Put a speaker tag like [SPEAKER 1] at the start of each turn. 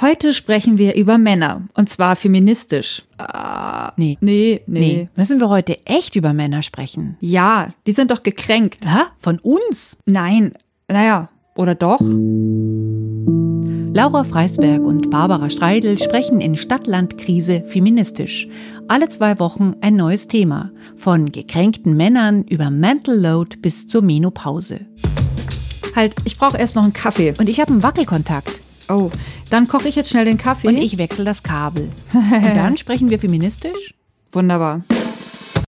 [SPEAKER 1] Heute sprechen wir über Männer und zwar feministisch. Ah,
[SPEAKER 2] Nee.
[SPEAKER 1] nee, nee,
[SPEAKER 2] Nee. Müssen wir heute echt über Männer sprechen?
[SPEAKER 1] Ja, die sind doch gekränkt.
[SPEAKER 2] Hä? Von uns?
[SPEAKER 1] Nein, naja, oder doch?
[SPEAKER 2] Laura Freisberg und Barbara Streidel sprechen in Stadtlandkrise feministisch. Alle zwei Wochen ein neues Thema. Von gekränkten Männern über Mental Load bis zur Menopause.
[SPEAKER 1] Halt, ich brauche erst noch einen Kaffee.
[SPEAKER 2] Und ich habe einen Wackelkontakt.
[SPEAKER 1] Oh, dann koche ich jetzt schnell den Kaffee.
[SPEAKER 2] Und ich wechsle das Kabel. Und dann sprechen wir feministisch?
[SPEAKER 1] Wunderbar.